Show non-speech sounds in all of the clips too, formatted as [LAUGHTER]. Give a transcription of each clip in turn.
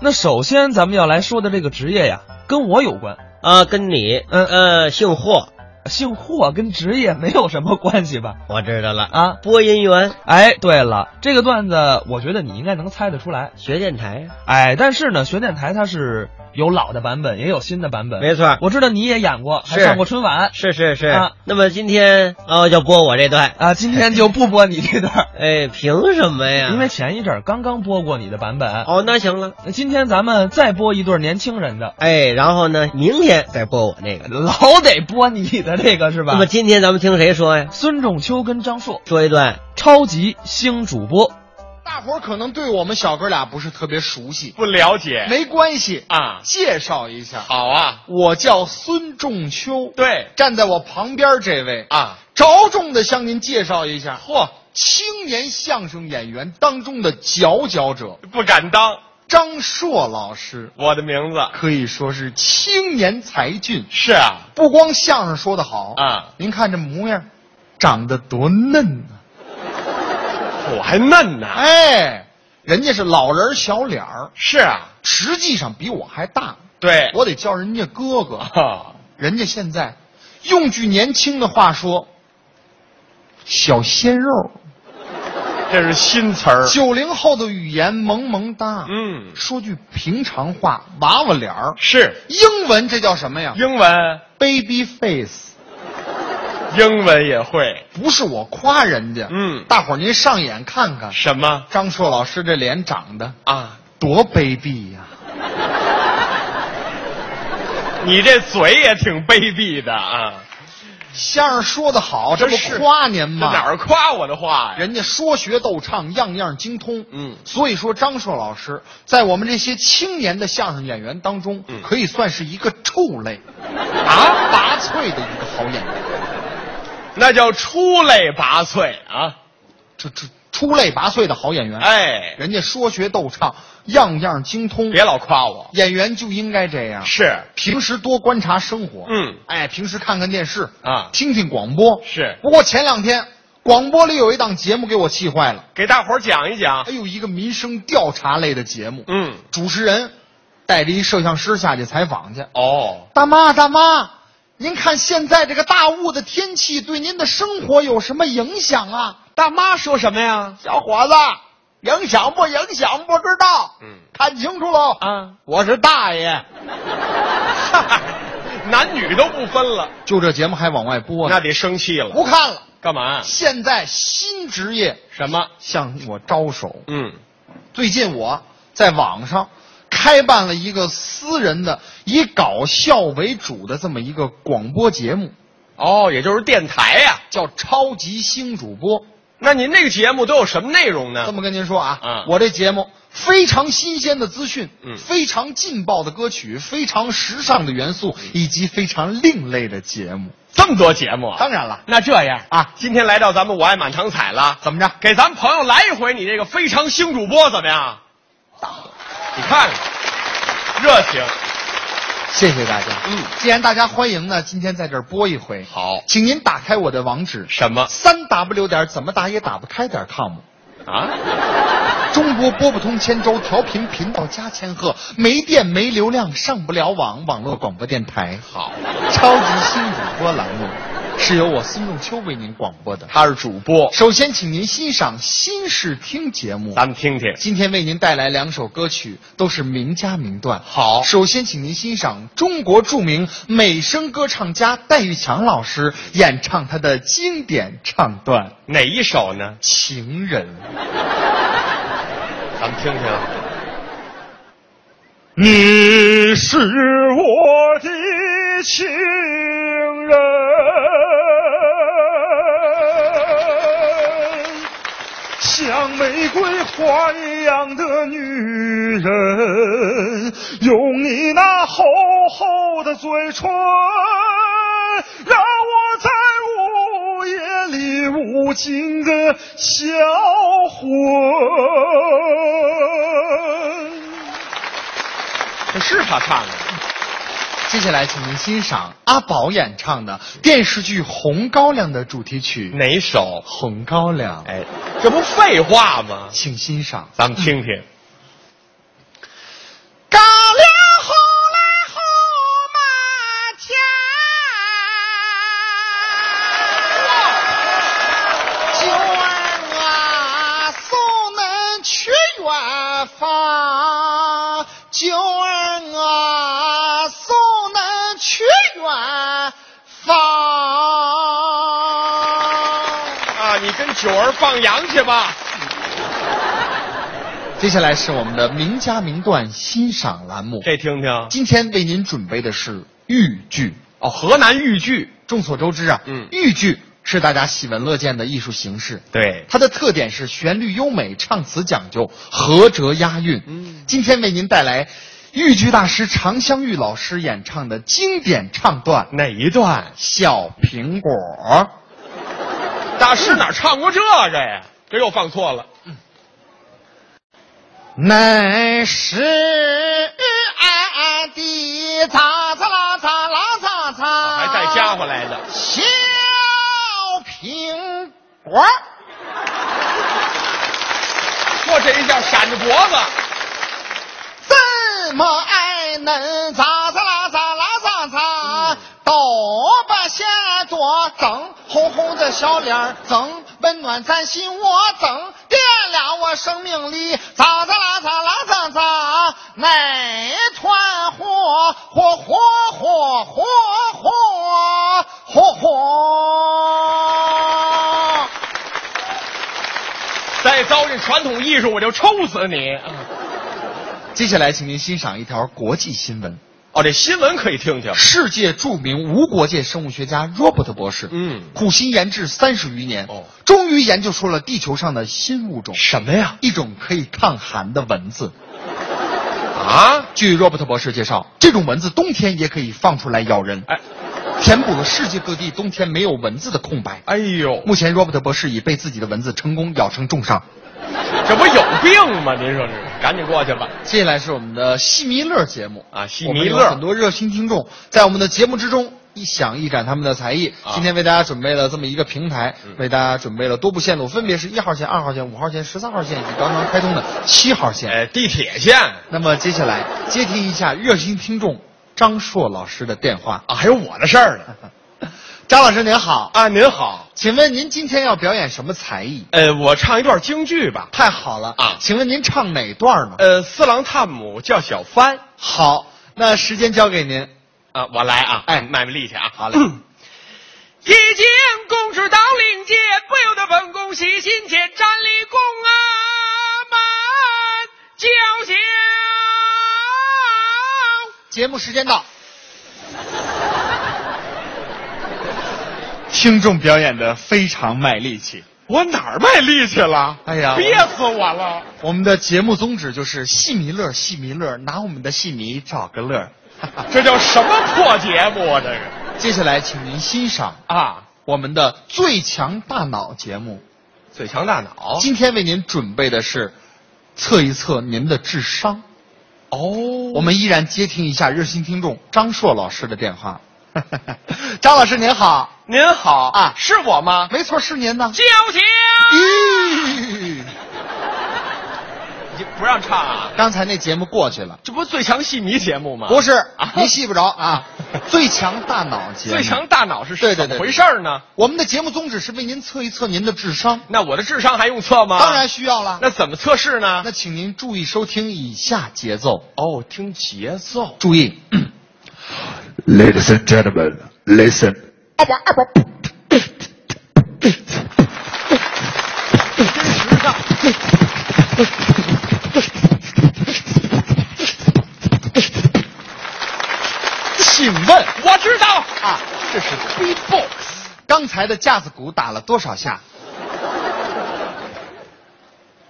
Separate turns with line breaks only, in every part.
那首先咱们要来说的这个职业呀，跟我有关，
啊，跟你，
嗯
呃，姓霍，
姓霍跟职业没有什么关系吧？
我知道了啊，
啊，
播音员，
哎，对了，这个段子我觉得你应该能猜得出来。
学电台呀，
哎，但是呢，学电台它是有老的版本，也有新的版本。
没错儿，
我知道你也演过，还
是
上过春晚
是是是
啊。
那么今天哦，就播我这段，
啊。今天就不播你这段儿，
哎，凭什么呀？
因为前一阵儿刚刚播过你的版本。
嗯哦，那行了，
那今天咱们再播一对儿年轻人的，
哎，然后呢，明天再播我那个。
老得播你的这个是
那
吧
么？今天咱们听谁说呀？
孙仲秋跟张硕，
说一段，
超级星主播。
大伙儿可能对我们小哥俩不是特别熟悉，
不了解
没关系，
啊。
介绍一下，
好啊，
我叫孙仲秋，
对
站在我旁边这位，
啊，
着重的向您介绍一下，
嚯，
青年相声演员当中的佼佼者
不敢当
张硕老师，
我的名字
可以说是青年才俊，
是啊
不光相声说得好，
啊，
您看这模样，长得多嫩啊！
我还嫩呢。
哎，人家是老人小脸儿，
是啊，
实际上比我还大。
对，
我得叫人家哥哥。
啊，
人家现在用句年轻的话说，小鲜肉。
哎这是新词儿。
九零后的语言萌萌哒。
嗯，
说句平常话，娃娃脸儿。
是
英文这叫什么呀
英文，
？Baby face。
英文也会。
不是我夸人家，
嗯
大伙儿您上眼看看，
什么
张硕老师这脸长得
啊？
多卑鄙呀、
你这嘴也挺卑鄙的啊！
相声说得好，这
真
不
是
夸您
这
吗？
哪儿夸我的话呀？
人家说学逗唱样样精通，
嗯
所以说张硕老师在我们这些青年的相声演员当中，
嗯
可以算是一个畜类，
啊，
拔萃的一个好演员。
那叫出类拔萃啊！
这这出类拔萃的好演员，，
哎，
人家说学逗唱样样精通，
别老夸我。
演员就应该这样，
是
平时多观察生活，
嗯
哎，平时看看电视
啊
听听广播
是，
不过前两天广播里有一档节目给我气坏了，
给大伙儿讲一讲
还。有一个民生调查类的节目，
嗯，
主持人带着一摄像师下去采访去。
哦，
大妈，大妈，您看现在这个大雾的天气对您的生活有什么影响啊？
大妈说什么呀？
小伙子，影响不影响不知道，
嗯
看清楚喽。
啊，
我是大爷。
[LAUGHS] 男女都不分了，
就这节目还往外播
那
呢，
得生气了。
不看了。
干嘛？
现在新职业
什么？
向我招手。
嗯，
最近我在网上开办了一个私人的以搞笑为主的这么一个广播节目。
哦，也就是电台呀、
叫超级星主播。
那您这个节目都有什么内容呢
这？么跟您说啊，
嗯
我这节目非常新鲜的资讯，
嗯
非常劲爆的歌曲，非常时尚的元素，
嗯
以及非常另类的节目。
这么多节目啊？
当然了，
那这样
啊
今天来到咱们我爱满堂彩了，
怎么着？
给咱们朋友来一回你这个非常星主播怎么样？你看看，热情。
谢谢大家。
嗯，
既然大家欢迎呢，今天在这儿播一回。
好
请您打开我的网址，
什么
三 w 点儿怎么打也打不开点儿 com。
啊？
中国拨不通千州调频频道加千赫，没电没流量上不了网，网络广播电台。
好，
超级新主播栏目是由我孙仲秋为您广播的。
他是主播，
首先，请您欣赏新视听节目。
咱们听听。
今天为您带来两首歌曲，都是名家名段。
好
首先请您欣赏中国著名美声歌唱家戴玉强老师演唱他的经典唱段《
哪一首呢？
情人》。
咱们听听。
你是我的情人，像玫瑰花一样的女人，用你那厚厚的嘴唇，让我在午夜里无尽的销魂。
这是他唱的，
接下来，请您欣赏阿宝演唱的电视剧《红高粱》的主题曲《
哪首？
红高粱》。
哎，这不废话吗？
请欣赏。
咱们听听。
救儿啊，送南去远方。
啊，你跟九儿放羊去吧。
接下来是我们的名家名段欣赏栏目，
这听听
今天为您准备的是豫剧。
哦，河南豫剧，
众所周知啊，
嗯
豫剧是大家喜闻乐见的艺术形式。
对
它的特点是旋律优美，唱词讲究，合辙押韵。
嗯
今天为您带来豫剧大师常香玉老师演唱的经典唱段《
哪一段？
小苹果》。
大师哪唱过这个呀？这又放错了。
那是哎俺的咋咋啦咋啦咋咋，
哦还带家伙来的，
小苹果。
嚯，这一下闪着脖子，
怎么爱恁咋咋啦咋啦咋咋，豆瓣馅多整，红红的小脸儿整，温暖咱心窝整，点亮我生命里咋咋啦咋啦咋咋，那团火火火火火火火火。
再糟践传统艺术，我就抽死你！
接下来，请您欣赏一条国际新闻。
哦，这新闻可以听听。
世界著名无国界生物学家 Robert 博士，
嗯
苦心研制三十余年，
哦
终于研究出了地球上的新物种，
什么呀？
一种可以抗寒的蚊子。
啊？
据 Robert 博士介绍，这种蚊子冬天也可以放出来咬人，
哎，
填补了世界各地冬天没有蚊子的空白。
哎呦，
目前，Robert 博士已被自己的蚊子成功咬成重伤。
这不有病吗？您说这是，赶紧过去吧。
接下来是我们的戏迷乐节目
啊戏
我
迷
们有
乐
很多热心听众在我们的节目之中一想一展他们的才艺。
啊
今天为大家准备了这么一个平台，
嗯
为大家准备了多部线路，分别是一号线、二号线、五号线、十三号线以及刚刚开通的七号线。
哎，地铁线啊，
那么接下来接听一下热心听众张硕老师的电话。
啊还有我的事儿呢。
张老师您好，
啊，您好，
请问您今天要表演什么才艺？
呃，我唱一段京剧吧。
太好了
啊
请问您唱哪段呢？
呃，四郎探母叫小帆
好，那时间交给您。
啊，我来啊，
哎
卖卖力气啊， [CLEARS THROAT]
好嘞。
一见公至到令界，不由得本宫喜心切，站立宫啊满叫嚣。
节目时间 [LAUGHS] 到。听众表演的非常卖力气。
我哪儿卖力气了？
哎呀
憋死我了！
我们的节目宗旨就是戏迷乐，戏迷乐，拿我们的戏迷找个乐 [LAUGHS] 儿。
这叫什么破节目啊？这是
接下来，请您欣赏
啊，
我们的最强大脑节目。
最强大脑
今天为您准备的是测一测您的智商。
哦，
我们依然接听一下热心听众张硕老师的电话。 [LAUGHS] 张老师您好，
您好
啊
是我吗？
没错，是您呢。
叫嚣，
咦，
你不让唱啊？
刚才那节目过去了。
这不是最强戏迷节目吗？
不是
啊，
您戏不着啊。
[LAUGHS]
最强大脑节目，
最强大脑是
对对
怎
对
么回事儿呢？
我们的节目宗旨是为您测一测您的智商，
那我的智商还用测吗？
当然需要了。
啊那怎么测试呢？
那请您注意收听以下节奏，
哦，听节奏。
注意。
Ladies and gentlemen, listen.
请问
我知道，
啊，这是 B-box，刚才的架子鼓打了多少下？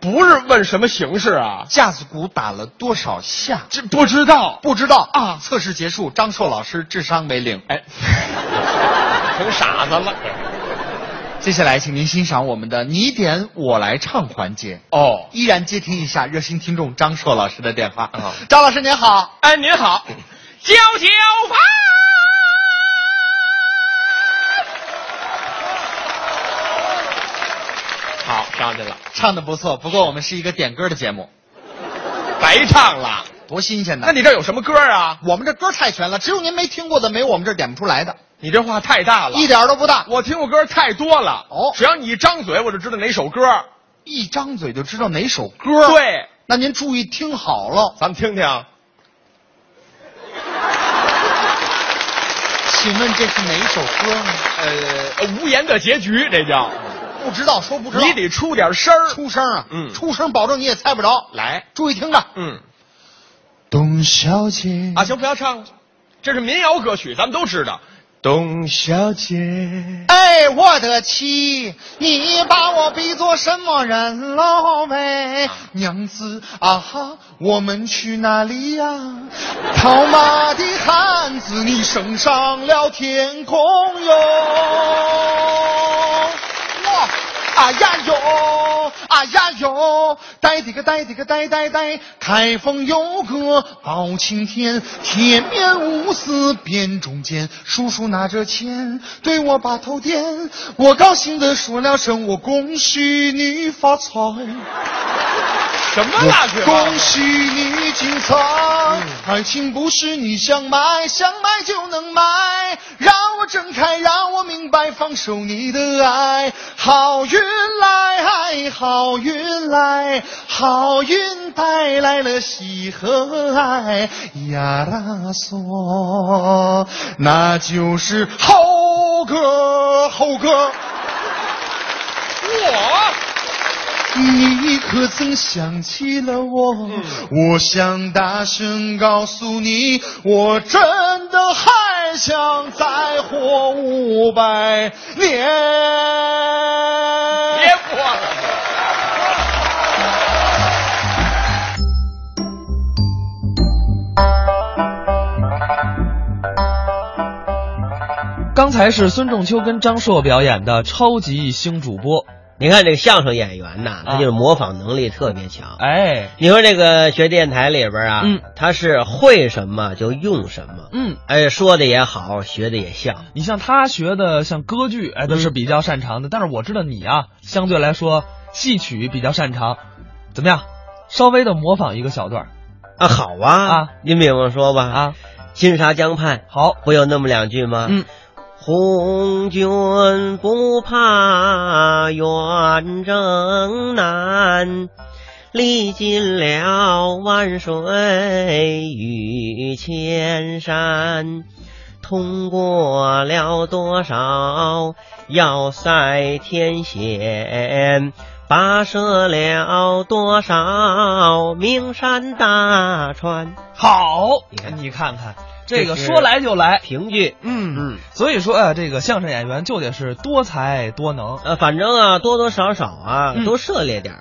不是问什么形式啊，
架子鼓打了多少下？
这不知道。
不知道啊。测试结束，张硕老师智商为零。
哎，成傻子了。
接下来，请您欣赏我们的“你点我来唱”环节。
哦，
依然接听一下热心听众张硕老师的电话。
啊
张老师您好，
哎，您好，叫小芳。好，上去了，
唱的不错，不过我们是一个点歌的节目，
白唱了。
多新鲜呢！
那你这有什么歌啊？
我们这歌太全了，只有您没听过的，没有我们这儿点不出来的，
你这话太大了，
一点儿都不大。
我听过歌太多了。
哦
只要你一张嘴，我就知道哪首歌。
一张嘴就知道哪首歌。，
对，
那您注意听好了，
咱们听听。
请问这是哪一首歌呢？
呃，无言的结局，这叫
不知道说不知道，
你得出点声儿。
出声啊，
嗯
出声保证你也猜不着。
来，
注意听着，
嗯
董小姐
啊，行，不要唱了，这是民谣歌曲，咱们都知道。董小姐，
哎，我的妻，你把我比作什么人喽喂？娘子啊哈，我们去哪里呀、套马的汉子，你升上了天空哟！哇，啊呀哟，啊呀哟，呆的个呆的个呆呆呆，开封有个包青天，铁面无私辨忠奸，叔叔拿着钱对我把头点，我高兴的说了声我恭喜你发财。
什么烂鬼玩意儿
恭喜你精彩！爱情不是你想买想买就能买，让我睁开，让我明白，放手你的爱，好运来，好运来，好运带来了喜和爱呀啦嗦，那就是猴哥，猴哥。
我
你可曾想起了我？我想大声告诉你，我真的还想再活五百年。
别播了。
刚才是孙仲秋跟张硕表演的《超级星主播》。
你看这个相声演员呐，他
啊
就是模仿能力特别强。
哎，
你说这个学电台里边啊，
嗯，
他是会什么就用什么，
嗯，
哎，说的也好，学的也像。
你像他学的像歌剧，哎，都是比较擅长的。但是我知道你啊，相对来说戏曲比较擅长，怎么样？稍微的模仿一个小段儿
啊，好啊，
啊，
您比方说吧，，
啊，
金沙江畔
好，
不有那么两句吗？
嗯，
红军不怕远征难，历尽了万水与千山，通过了多少要塞天险。跋涉了多少名山大川？
好
你，看
你看看这个
这是
说来就来，
评剧，
嗯，
嗯，
所以说啊，这个相声演员就得是多才多能。
呃，反正啊，多多少少啊，
嗯
都涉猎点儿。